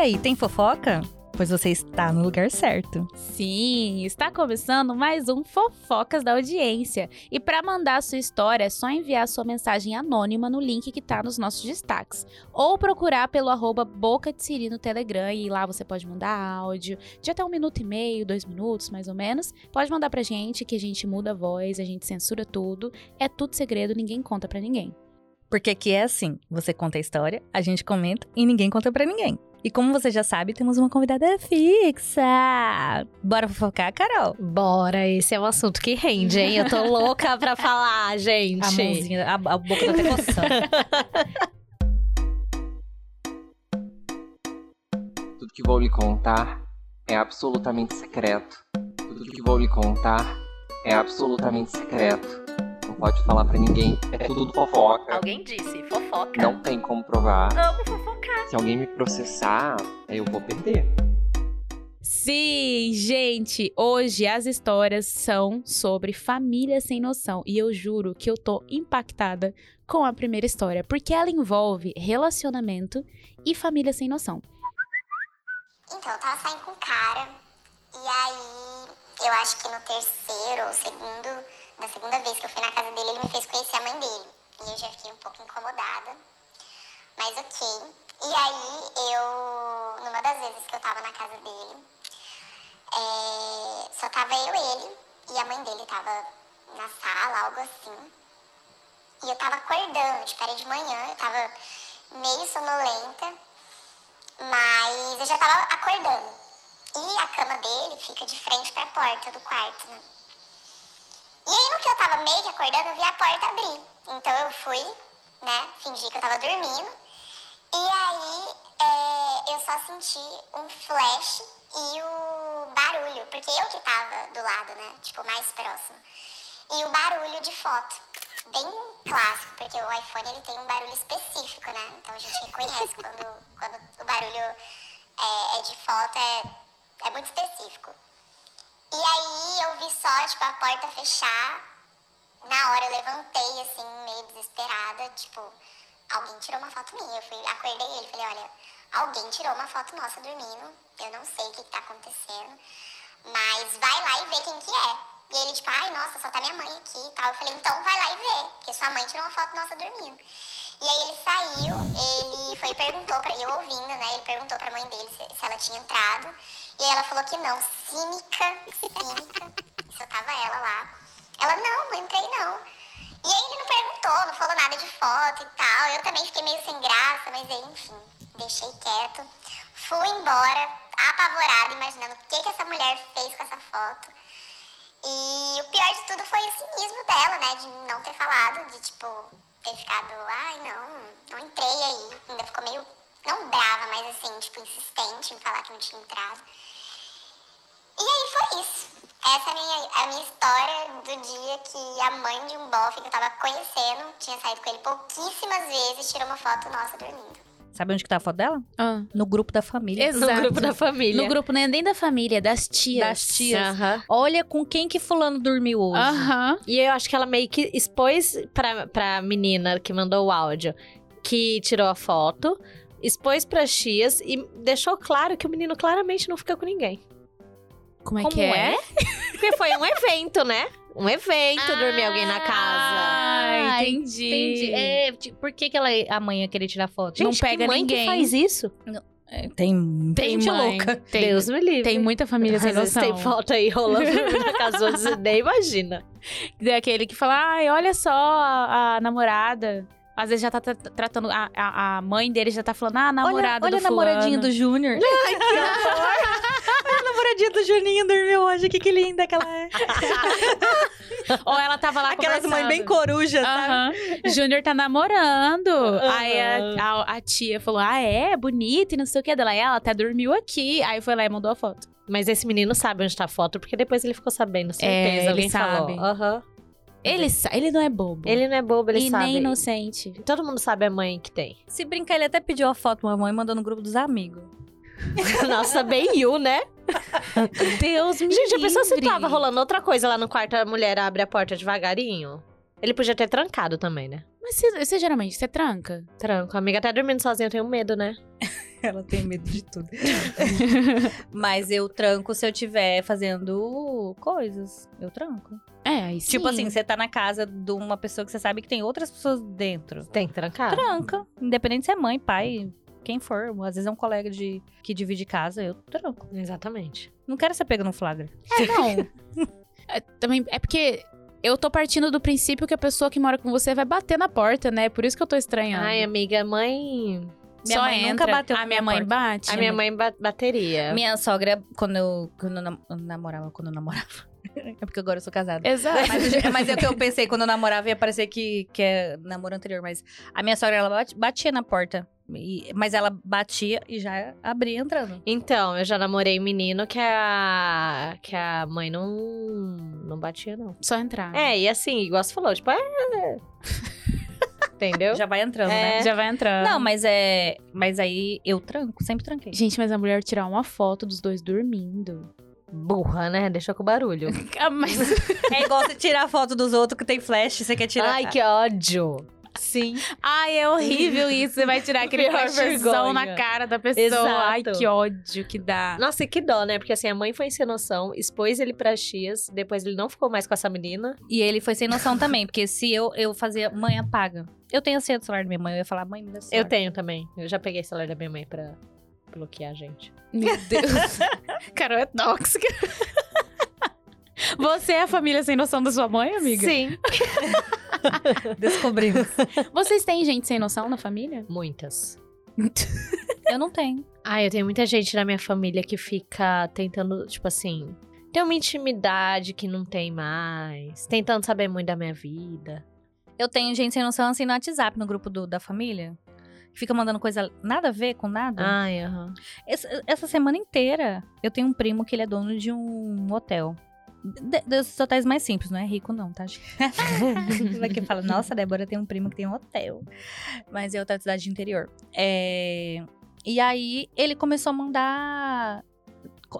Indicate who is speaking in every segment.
Speaker 1: aí, tem fofoca? Pois você está no lugar certo.
Speaker 2: Sim, está começando mais um Fofocas da Audiência. E para mandar a sua história, é só enviar sua mensagem anônima no link que tá nos nossos destaques. Ou procurar pelo arroba Boca de Siri no Telegram e lá você pode mandar áudio de até um minuto e meio, dois minutos, mais ou menos. Pode mandar pra gente que a gente muda a voz, a gente censura tudo. É tudo segredo, ninguém conta pra ninguém.
Speaker 1: Porque aqui é assim: você conta a história, a gente comenta e ninguém conta pra ninguém. E como você já sabe, temos uma convidada fixa. Bora fofocar, Carol?
Speaker 3: Bora, esse é um assunto que rende, hein? Eu tô louca pra falar, gente.
Speaker 1: A mãozinha, a, a boca tá até coçando.
Speaker 4: Tudo que vou lhe contar é absolutamente secreto. Tudo que vou lhe contar é absolutamente secreto. Não pode falar pra ninguém. É tudo fofoca.
Speaker 5: Alguém disse, fofoca.
Speaker 4: Não tem como provar.
Speaker 5: Vamos fofocar.
Speaker 4: Se alguém me processar, eu vou perder.
Speaker 2: Sim, gente, hoje as histórias são sobre família sem noção e eu juro que eu tô impactada com a primeira história, porque ela envolve relacionamento e família sem noção.
Speaker 6: Então, eu tava saindo com um cara, e aí eu acho que no terceiro ou segundo, da segunda vez que eu fui na casa dele, ele me fez conhecer a mãe dele. E eu já fiquei um pouco incomodada, mas ok. E aí eu, numa das vezes que eu tava na casa dele, é, só tava eu, ele, e a mãe dele tava na sala, algo assim. E eu tava acordando, tipo, era de manhã, eu tava meio sonolenta, mas eu já tava acordando. E a cama dele fica de frente pra porta do quarto, né? E aí, no que eu tava meio que acordando, eu vi a porta abrir. Então eu fui, né, fingi que eu tava dormindo. E aí, é, eu só senti um flash e o barulho, porque eu que tava do lado, né, tipo, mais próximo. E o barulho de foto. Bem clássico, porque o iPhone ele tem um barulho específico, né? Então a gente reconhece quando, quando o barulho é, é de foto, é, é muito específico. E aí eu vi só, tipo, a porta fechar. Na hora eu levantei, assim, meio desesperada, tipo, alguém tirou uma foto minha. Eu fui, acordei ele, falei, olha, alguém tirou uma foto nossa dormindo. Eu não sei o que, que tá acontecendo. Mas vai lá e vê quem que é. E ele, tipo, ai, nossa, só tá minha mãe aqui e tal. Eu falei, então vai lá e vê, porque sua mãe tirou uma foto nossa dormindo. E aí ele saiu, ele foi e perguntou pra eu ouvindo, né? Ele perguntou pra mãe dele se, se ela tinha entrado. E aí ela falou que não, cínica, cínica. Só tava ela lá. Ela, não, não entrei não. E aí ele não perguntou, não falou nada de foto e tal. Eu também fiquei meio sem graça, mas aí, enfim, deixei quieto. Fui embora, apavorada, imaginando o que, que essa mulher fez com essa foto. E o pior de tudo foi o cinismo dela, né? De não ter falado, de tipo, ter ficado, ai não, não entrei aí. Ainda ficou meio, não brava, mas assim, tipo, insistente em falar que não tinha entrado. E aí foi isso. Essa é a minha, a minha história do dia que a mãe de um bofe que eu tava conhecendo, tinha saído com ele pouquíssimas vezes, tirou uma foto nossa dormindo.
Speaker 1: Sabe onde que tá a foto dela?
Speaker 2: Ah,
Speaker 1: No grupo da família.
Speaker 2: Exato.
Speaker 3: No grupo da família.
Speaker 2: No grupo né, nem, nem da família, das tias.
Speaker 3: das tias. Aham.
Speaker 1: Olha com quem que fulano dormiu hoje.
Speaker 2: Ah. Aham.
Speaker 3: E eu acho que ela meio que expôs pra, pra menina que mandou o áudio, que tirou a foto, expôs pras tias e deixou claro que o menino claramente não fica com ninguém.
Speaker 2: Como é
Speaker 3: Como
Speaker 2: que é?
Speaker 3: é? Porque foi um evento, né? Um evento dormir alguém na casa.
Speaker 2: Ah,
Speaker 1: Ah,
Speaker 2: entendi.
Speaker 1: Entendi. É, ti- por que, que ela, a mãe ia querer tirar foto?
Speaker 2: Não
Speaker 3: Gente,
Speaker 2: pega
Speaker 3: que mãe
Speaker 2: ninguém.
Speaker 3: que faz isso?
Speaker 1: É, tem,
Speaker 2: Tem
Speaker 1: gente
Speaker 2: mãe,
Speaker 1: louca.
Speaker 2: Tem,
Speaker 3: Deus me livre.
Speaker 2: tem muita família sem
Speaker 3: Às vezes
Speaker 2: noção.
Speaker 3: Tem foto aí rolando na casa dos outros, você nem imagina.
Speaker 2: Daquele É que fala, ai, olha só a, a namorada. Às vezes já tá tra- tratando, a, a, a mãe dele já tá falando, ah, a namorada
Speaker 1: olha
Speaker 2: do
Speaker 1: a namoradinha
Speaker 2: fulano.
Speaker 1: do Júnior. Ai, que horror. a namoradinha do Juninho dormiu hoje. Que, que linda que ela é.
Speaker 2: Ou ela tava lá
Speaker 1: Aquelas mães
Speaker 2: conversando.
Speaker 1: bem coruja, sabe?
Speaker 2: Aham. Júnior tá namorando.
Speaker 3: Aham.
Speaker 2: Aí a, a- a tia falou: Ah, é, bonita e não sei o que. Dela, ela até dormiu aqui. Aí foi lá e mandou a foto.
Speaker 3: Mas esse menino sabe onde tá a foto, porque depois ele ficou sabendo,
Speaker 2: É,
Speaker 3: certeza.
Speaker 2: ele
Speaker 3: alguém
Speaker 2: sabe.
Speaker 3: falou. Aham.
Speaker 2: Ele, sa- ele não é bobo.
Speaker 3: Ele não é bobo, ele
Speaker 2: e
Speaker 3: sabe.
Speaker 2: nem inocente.
Speaker 3: Todo mundo sabe a mãe que tem.
Speaker 1: Se brincar, ele até pediu a foto pra mamãe e mandou no grupo dos amigos.
Speaker 3: Nossa, bem you, né?
Speaker 2: Deus me
Speaker 3: Gente, a pessoa se
Speaker 2: livre.
Speaker 3: tava rolando outra coisa lá no quarto, a mulher abre a porta devagarinho. Ele podia ter trancado também, né?
Speaker 2: Mas você, você geralmente, você tranca?
Speaker 3: Tranco. A amiga tá dormindo sozinha, eu tenho medo, né?
Speaker 1: Ela tem medo de tudo. Mas eu tranco se eu tiver fazendo coisas. Eu tranco.
Speaker 2: É, aí sim.
Speaker 1: Tipo assim, você tá na casa de uma pessoa que você sabe que tem outras pessoas dentro.
Speaker 3: Tem que
Speaker 1: Ah.
Speaker 3: trancar.
Speaker 1: Tranca. Independente se é mãe, pai, quem for. Às vezes é um colega de, que divide casa, eu tranco.
Speaker 3: Exatamente.
Speaker 1: Não quero ser pega no flagra.
Speaker 2: É, não. É, também é porque eu tô partindo do princípio que a pessoa que mora com você vai bater na porta, né? Por isso que eu tô estranhando.
Speaker 3: Ai, amiga, mãe.
Speaker 1: Minha
Speaker 2: Só
Speaker 1: mãe nunca
Speaker 2: entra.
Speaker 1: bateu
Speaker 2: A
Speaker 1: na minha
Speaker 2: minha mãe
Speaker 1: porta.
Speaker 2: bate. né?
Speaker 3: A minha mãe ba- bateria.
Speaker 1: Minha sogra, quando eu, quando eu nam- namorava, quando eu namorava. É porque agora eu sou casada.
Speaker 2: Exato.
Speaker 1: Mas, eu- mas é o que eu pensei quando eu namorava ia parecer que, que é namoro anterior. Mas a minha sogra, ela bate- batia na porta. E- mas ela batia e já abria entrando.
Speaker 3: Então, eu já namorei menino que a que a mãe não não batia não.
Speaker 2: Só entrar.
Speaker 3: É, e assim, igual você falou, tipo, é... é. Entendeu?
Speaker 1: Já vai entrando, né?
Speaker 3: É.
Speaker 2: Já vai entrando.
Speaker 1: Não, mas é. Mas aí eu tranco, sempre tranquei.
Speaker 2: Gente, mas a mulher tirar uma foto dos dois dormindo.
Speaker 3: Burra, né? Deixa com barulho.
Speaker 2: Ah, mas
Speaker 1: É igual você tirar foto dos outros que tem flash, você quer tirar.
Speaker 3: Ai, que ódio. Sim.
Speaker 2: Ai, é horrível isso. Você vai tirar aquele
Speaker 3: Pior
Speaker 2: flashzão
Speaker 3: vergonha.
Speaker 2: na cara da pessoa. Ai,
Speaker 3: Exato.
Speaker 2: que ódio que dá.
Speaker 3: Nossa, e que dó, né? Porque assim, a mãe foi sem noção, expôs ele pras tias, depois ele não ficou mais com essa menina.
Speaker 1: E ele foi sem noção também, porque se eu, eu fazia. Mãe, apaga. Eu tenho a senha do celular da minha mãe, eu ia falar, mãe, me dá o celular.
Speaker 3: Eu tenho também. Eu já peguei o celular da minha mãe pra bloquear a gente.
Speaker 2: Meu Deus. Carol é tóxica. Você é a família sem noção da sua mãe, amiga?
Speaker 3: Sim.
Speaker 1: Descobrimos.
Speaker 2: Vocês têm gente sem noção na família?
Speaker 3: Muitas.
Speaker 1: eu não tenho.
Speaker 3: Ah, eu tenho muita gente na minha família que fica tentando, tipo assim, tem uma intimidade que não tem mais, tentando saber muito da minha vida.
Speaker 1: Eu tenho gente sem noção assim no WhatsApp, no grupo do- da família. que Fica mandando coisa nada a ver com nada.
Speaker 3: Ai, aham.
Speaker 1: Essa, essa semana inteira, eu tenho um primo que ele é dono de um hotel. De- Desses hotéis mais simples, não é rico, não, tá, gente? Vai que fala, nossa, Débora tem um primo que tem um hotel. Mas é outra cidade de interior. É, E aí, ele começou a mandar.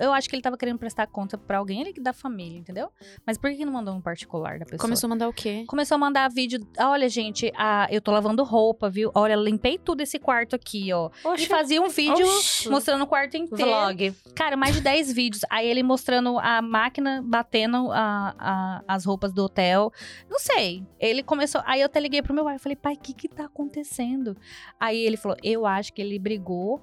Speaker 1: Eu acho que ele tava querendo prestar conta pra alguém, ele que da família, entendeu? Mas por que que não mandou um particular da pessoa?
Speaker 2: Começou a mandar o quê?
Speaker 1: Começou a mandar vídeo. "Ah, Olha, gente, ah, eu tô lavando roupa, viu? Olha, limpei tudo esse quarto aqui, ó. E fazia um vídeo
Speaker 3: Oxi.
Speaker 1: mostrando o quarto inteiro.
Speaker 3: Vlog.
Speaker 1: Cara, mais de 10 vídeos. Aí ele mostrando a máquina batendo a- a- as roupas do hotel. Não sei. Ele começou. Aí eu até liguei pro meu pai. Falei, pai, o que que tá acontecendo? Aí ele falou, eu acho que ele brigou.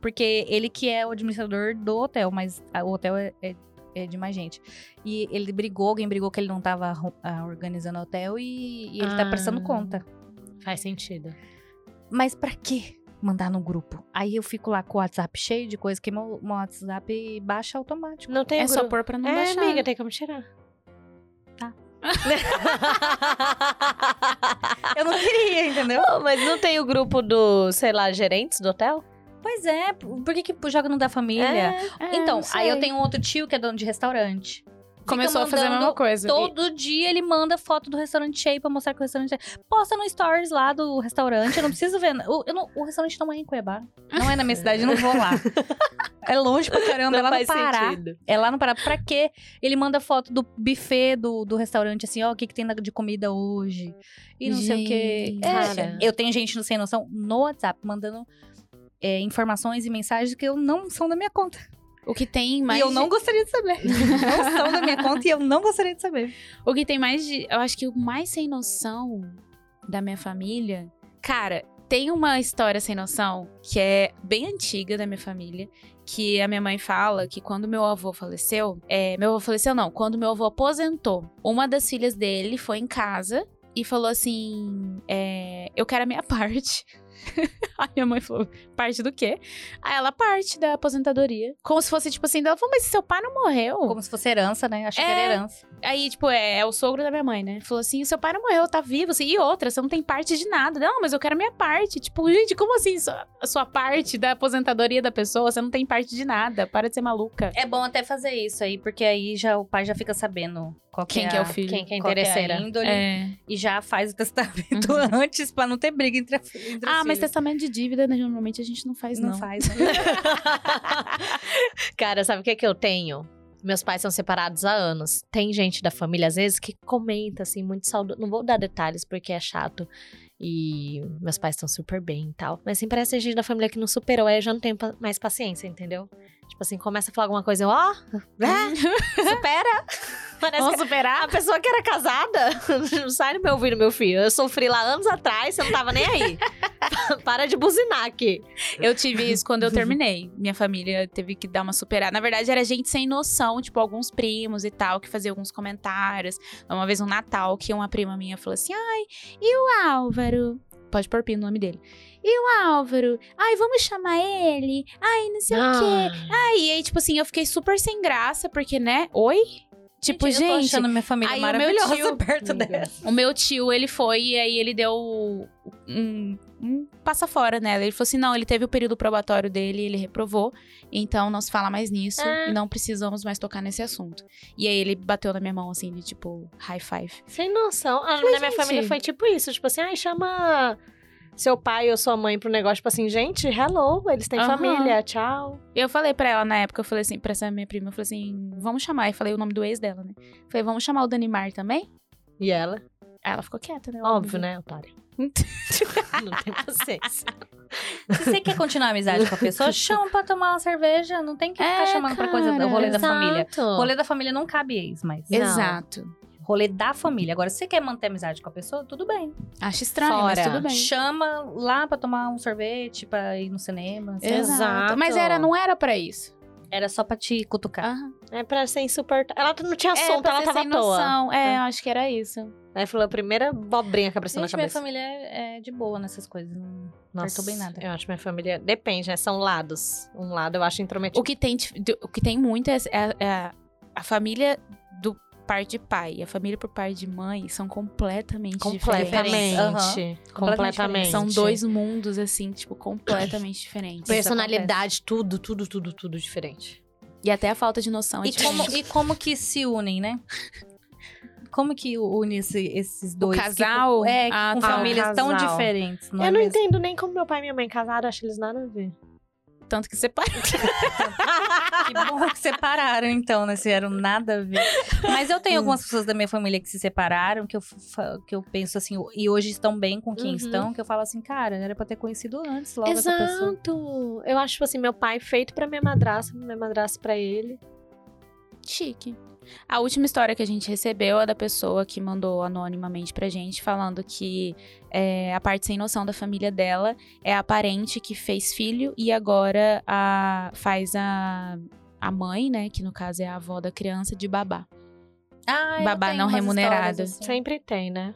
Speaker 1: Porque ele que é o administrador do hotel, mas a- o hotel é, é- é de mais gente. E ele brigou, alguém brigou que ele não tava arru- ah, organizando o hotel e, e ele tá
Speaker 3: Ah.
Speaker 1: prestando conta.
Speaker 3: Faz sentido.
Speaker 1: Mas pra quê mandar no grupo? Aí eu fico lá com o WhatsApp cheio de coisa, que meu, meu WhatsApp baixa automático.
Speaker 3: Não tem
Speaker 2: É só
Speaker 3: grupo.
Speaker 2: pôr pra não
Speaker 3: é,
Speaker 2: baixar.
Speaker 3: amiga, tem como tirar.
Speaker 1: Tá.
Speaker 3: eu não queria, entendeu? mas não tem o grupo do, sei lá, gerentes do hotel?
Speaker 1: Pois é, por por que, que joga no da família?
Speaker 2: É,
Speaker 1: então,
Speaker 2: não
Speaker 1: aí eu
Speaker 2: sei.
Speaker 1: tenho outro tio que é dono de restaurante.
Speaker 2: Começou a fazer a
Speaker 1: mandando
Speaker 2: mesma coisa.
Speaker 1: Todo dia ele manda foto do restaurante cheio pra mostrar que o restaurante é.
Speaker 3: Hum.
Speaker 1: Posta no stories lá do restaurante, eu não preciso ver. O, eu não- o restaurante não é em Cuiabá. Não é na minha cidade, eu não vou lá. É longe pra caramba, é lá no
Speaker 3: faz
Speaker 1: Pará.
Speaker 3: sentido.
Speaker 1: É lá no Pará. Pra quê? Ele manda foto do buffet do, do restaurante, assim, ó, o que, que tem na- de comida hoje. E não sei o quê.
Speaker 2: Gente,
Speaker 1: É,
Speaker 3: cara.
Speaker 1: eu tenho gente no sem noção no WhatsApp mandando é, informações e mensagens que eu não são da minha conta.
Speaker 2: O que tem mais.
Speaker 1: E eu não gostaria de saber. não são da minha conta e eu não gostaria de saber.
Speaker 2: O que tem mais de. Eu acho que o mais sem noção da minha família. Cara, tem uma história sem noção que é bem antiga da minha família. Que a minha mãe fala que quando meu avô faleceu. É, meu avô faleceu, não. Quando meu avô aposentou, uma das filhas dele foi em casa e falou assim: é, Eu quero a minha parte. A minha mãe falou, parte do quê? Aí ela, parte da aposentadoria. Como se fosse, tipo assim, ela falou, mas seu pai não morreu.
Speaker 1: Como se fosse herança, né? Acho que
Speaker 2: É.
Speaker 1: era herança.
Speaker 2: Aí, tipo, é, é o sogro da minha mãe, né? Falou assim: seu pai não morreu, tá vivo. Assim, e outra, você não tem parte de nada. Não, mas eu quero a minha parte. Tipo, gente, como assim? Sua, a sua parte da aposentadoria da pessoa, você não tem parte de nada. Para de ser maluca.
Speaker 1: É bom até fazer isso aí, porque aí já o pai já fica sabendo qual que
Speaker 2: Quem
Speaker 1: é,
Speaker 2: que é o
Speaker 1: a-
Speaker 2: filho?
Speaker 1: Quem que é Uhum.
Speaker 3: Qual que é a
Speaker 1: interesseira. índole,
Speaker 2: É.
Speaker 1: E já faz o testamento antes pra não ter briga entre, a, entre os
Speaker 2: Ah, mas
Speaker 1: filhos.
Speaker 2: testamento de dívida, né, normalmente a gente não faz, não.
Speaker 1: não faz, né?
Speaker 3: Cara, sabe o que, que eu tenho? Meus pais são separados há anos. Tem gente da família, às vezes, que comenta, assim, muito saudoso. Não vou dar detalhes porque é chato. E meus pais estão super bem e tal. Mas assim, parece que gente da família que não superou, aí eu já não tenho pa- mais paciência, entendeu? Tipo assim, começa a falar alguma coisa, eu, ó, né? supera! Parece
Speaker 2: Vamos
Speaker 3: que
Speaker 2: superar?
Speaker 3: a pessoa que era casada, não sai no meu ouvido, meu filho. Eu sofri lá anos atrás, você não tava nem aí. Para de buzinar aqui.
Speaker 2: Eu tive isso quando eu terminei. Minha família teve que dar uma superada. Na verdade, era gente sem noção, tipo, alguns primos e tal, que faziam alguns comentários. Uma vez no Natal, que uma prima minha falou assim: Ai, e o Álvaro? Pode pôr pino o nome dele. E o Álvaro? Ai, vamos chamar ele? Ai, não sei o
Speaker 1: Ah.
Speaker 2: quê. Ai, e aí, tipo assim, eu fiquei super sem graça, porque, né? Oi? Tipo, gente.
Speaker 1: eu tô achando minha família
Speaker 2: aí o meu
Speaker 1: maravilhosa
Speaker 2: tio-
Speaker 1: perto dessa.
Speaker 2: O meu tio, ele foi e aí ele deu um, um passa fora nela. Ele falou assim: não, ele teve o período probatório dele, ele reprovou, então não se fala mais nisso
Speaker 1: Ah.
Speaker 2: e não precisamos mais tocar nesse assunto. E aí ele bateu na minha mão assim, de tipo, high five.
Speaker 3: Sem noção.
Speaker 2: Mas,
Speaker 3: A, na minha
Speaker 2: gente-
Speaker 3: família foi tipo isso. Tipo assim, ai, chama seu pai ou sua mãe pro negócio. Tipo assim, gente, hello, eles têm
Speaker 2: Aham.
Speaker 3: família, tchau.
Speaker 2: Eu falei pra ela na época, eu falei assim, pra essa minha prima, eu falei assim: vamos chamar. E falei o nome do ex dela, né? Falei, vamos chamar o Danimar também?
Speaker 3: E ela?
Speaker 2: Aí ela ficou quieta, né?
Speaker 3: Óbvio, né, otária? Não tem paciência.
Speaker 1: Se você quer continuar a amizade com a pessoa, chama pra tomar uma cerveja. Não tem que ficar
Speaker 2: É,
Speaker 1: chamando pra coisa do
Speaker 2: cara,
Speaker 1: rolê da
Speaker 3: Exato.
Speaker 1: família. Rolê da família não cabe ex, mas.
Speaker 3: Não.
Speaker 2: Exato.
Speaker 1: Rolê da família. Agora, se você quer manter a amizade com a pessoa, tudo bem.
Speaker 2: Acho estranho, mas
Speaker 3: Fora.
Speaker 2: tudo bem.
Speaker 1: Chama lá pra tomar um sorvete, pra ir no cinema. sei lá.
Speaker 3: Exato.
Speaker 2: Mas era, não era pra isso.
Speaker 1: Era só pra te cutucar.
Speaker 2: Aham.
Speaker 3: É pra ser insuportável. Ela não tinha assunto,
Speaker 2: É, pra
Speaker 3: ela
Speaker 2: ser
Speaker 3: tava à
Speaker 2: sem
Speaker 3: toa.
Speaker 2: noção. É, acho que era isso.
Speaker 3: Aí falou a primeira bobrinha que apareceu
Speaker 1: Gente,
Speaker 3: na
Speaker 1: minha
Speaker 3: cabeça.
Speaker 1: família é é de boa nessas coisas. não- apertou bem nada.
Speaker 3: Eu acho minha família. Depende, né? São lados. Um lado eu acho intrometido.
Speaker 2: O que tem, dif- do- o que tem muito é, é- é a família do par de pai e a família por par de mãe são completamente,
Speaker 3: Completamente.
Speaker 2: diferentes.
Speaker 1: Aham.
Speaker 3: Completamente.
Speaker 1: Completamente
Speaker 2: São dois mundos, assim, tipo, completamente diferentes.
Speaker 3: Personalidade, tudo, tudo, tudo, tudo diferente.
Speaker 2: E até a falta de noção. é
Speaker 1: E como,
Speaker 2: diferente.
Speaker 1: e como que se unem, né? Como que une esse- esses dois? que-
Speaker 2: casal?
Speaker 1: é, que
Speaker 2: Ah,
Speaker 1: com
Speaker 2: tá.
Speaker 1: famílias tão
Speaker 3: Casal.
Speaker 1: diferentes. Não é
Speaker 3: eu não
Speaker 1: mesmo?
Speaker 3: entendo nem como meu pai e minha mãe casaram, acho eles nada a ver.
Speaker 2: Tanto que separa.
Speaker 1: Que bom que separaram, então, né? Se eram nada a ver. Mas eu tenho algumas pessoas da minha família que se separaram, que eu, fa- que eu penso assim, e hoje estão bem com quem
Speaker 3: Uhum.
Speaker 1: estão, que eu falo assim, cara, era pra ter conhecido antes logo essa pessoa.
Speaker 3: Eu acho, tipo assim, meu pai feito pra minha madraça, minha madraça pra ele.
Speaker 2: Chique. A última história que a gente recebeu é da pessoa que mandou anonimamente pra gente, falando que é, a parte sem noção da família dela é a parente que fez filho e agora a, faz a, a mãe, né? Que no caso é a avó da criança, de babá.
Speaker 1: Ah, eu
Speaker 2: Babá
Speaker 1: tenho
Speaker 2: não
Speaker 1: umas
Speaker 2: remunerado.
Speaker 1: histórias assim.
Speaker 3: Sempre tem, né?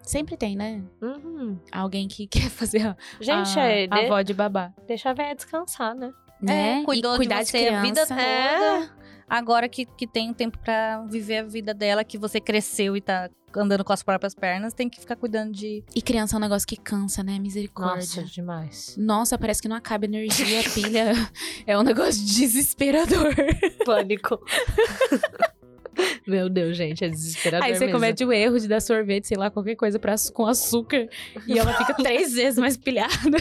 Speaker 2: Sempre tem, né?
Speaker 3: Uhum.
Speaker 2: Alguém que quer fazer a,
Speaker 3: Gente,
Speaker 2: a,
Speaker 3: é,
Speaker 2: a
Speaker 3: de-
Speaker 2: avó de babá.
Speaker 3: deixa a velha descansar, né?
Speaker 2: né?
Speaker 1: né? É, cuidou
Speaker 2: e cuidar
Speaker 1: de você a vida
Speaker 2: criança.
Speaker 1: toda. Agora que, que tem o tempo pra viver a vida dela, que você cresceu e tá andando com as próprias pernas, tem que ficar cuidando de.
Speaker 2: E criança é um negócio que cansa, né? Misericórdia.
Speaker 3: demais.
Speaker 2: Nossa, parece que não acaba a energia, a pilha. É um negócio desesperador.
Speaker 3: Pânico. meu Deus, gente, é desesperador
Speaker 2: Aí você
Speaker 3: mesmo.
Speaker 2: comete o erro de dar sorvete, sei lá, qualquer coisa pra, com açúcar. E ela fica três vezes mais pilhada.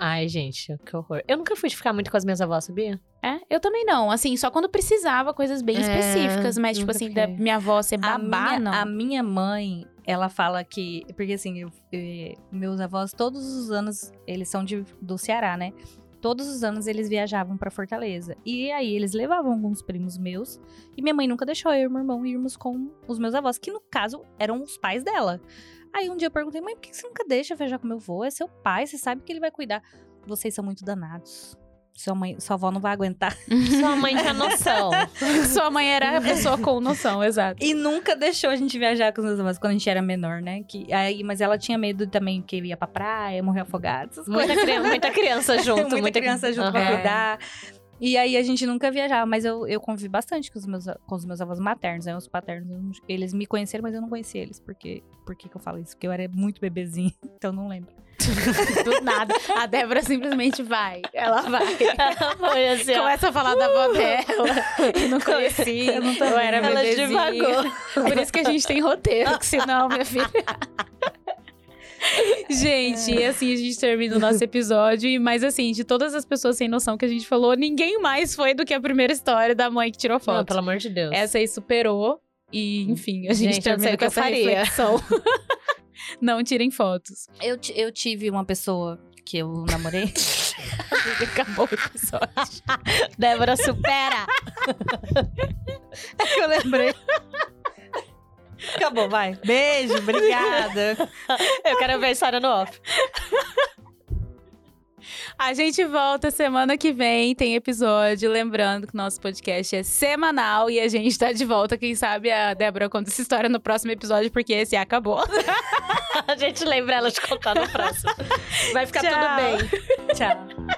Speaker 3: Ai, gente, que horror. Eu nunca fui de ficar muito com as minhas avós, sabia?
Speaker 2: É, eu também não. Assim, só quando precisava, coisas bem
Speaker 3: É,
Speaker 2: específicas. Mas, tipo
Speaker 3: nunca
Speaker 2: assim, da
Speaker 3: fiquei.
Speaker 2: minha avó ser
Speaker 1: A
Speaker 2: babá,
Speaker 1: minha,
Speaker 2: não.
Speaker 1: a minha mãe, ela fala que. Porque assim, eu- eh, meus avós, todos os anos, eles são de, do Ceará, né? Todos os anos eles viajavam pra Fortaleza. E aí eles levavam alguns primos meus. E minha mãe nunca deixou eu e meu irmão irmos com os meus avós, que no caso eram os pais dela. Aí um dia eu perguntei, mãe, por que você nunca deixa eu viajar com meu avô? É seu pai, você sabe que ele vai cuidar. Vocês são muito danados. Sua mãe, sua avó não vai aguentar.
Speaker 3: Sua mãe tinha noção.
Speaker 2: Sua mãe era a pessoa com noção, exato.
Speaker 1: E nunca deixou a gente viajar com os meus avós quando a gente era menor, né? Que, aí, mas ela tinha medo também que ele ia pra praia, morrer afogado, essas coisas.
Speaker 3: Muita, cri- muita criança junto.
Speaker 1: muita, criança junto
Speaker 3: Aham.
Speaker 1: pra cuidar. E aí a gente nunca viajava, mas eu, eu convivi bastante com os meus, com os meus avós maternos, né? Os paternos, eu não- eles me conheceram, mas eu não conheci eles. Porque, por que, que eu falo isso? Porque eu era muito bebezinho, então não lembro.
Speaker 2: Do nada. A Débora simplesmente vai. Ela vai.
Speaker 3: Ela foi assim, ó.
Speaker 2: Começa a falar da avó dela. Eu não conheci. Eu,
Speaker 1: não tô
Speaker 2: era
Speaker 1: vendo.
Speaker 3: Ela
Speaker 2: bebezinha.
Speaker 3: devagou.
Speaker 2: Então, Por isso que a gente tem roteiro, que senão, minha filha. Gente,
Speaker 3: É.
Speaker 2: e assim a gente termina o nosso episódio. e- Mas assim, de todas as pessoas sem noção que a gente falou, ninguém mais foi do que a primeira história da mãe que tirou
Speaker 3: Não,
Speaker 2: foto.
Speaker 3: pelo amor de Deus.
Speaker 2: Essa aí superou. E, enfim, a gente,
Speaker 3: Gente, eu não
Speaker 2: termina
Speaker 3: sei o
Speaker 2: com
Speaker 3: que eu
Speaker 2: essa
Speaker 3: faria.
Speaker 2: reflexão. Não tirem fotos.
Speaker 1: Eu, ti- eu tive uma pessoa que eu namorei.
Speaker 2: Acabou o episódio.
Speaker 3: Débora supera.
Speaker 1: que eu lembrei.
Speaker 3: Acabou, vai.
Speaker 1: Beijo, obrigada.
Speaker 3: Eu quero ver a história no off.
Speaker 2: A gente volta semana que vem, tem episódio. Lembrando que nosso podcast é semanal e a gente tá de volta. Quem sabe a Débora conta essa história no próximo episódio, porque esse acabou.
Speaker 3: A gente lembra ela de contar no próximo. Vai ficar
Speaker 2: Tchau.
Speaker 3: tudo bem.
Speaker 1: Tchau.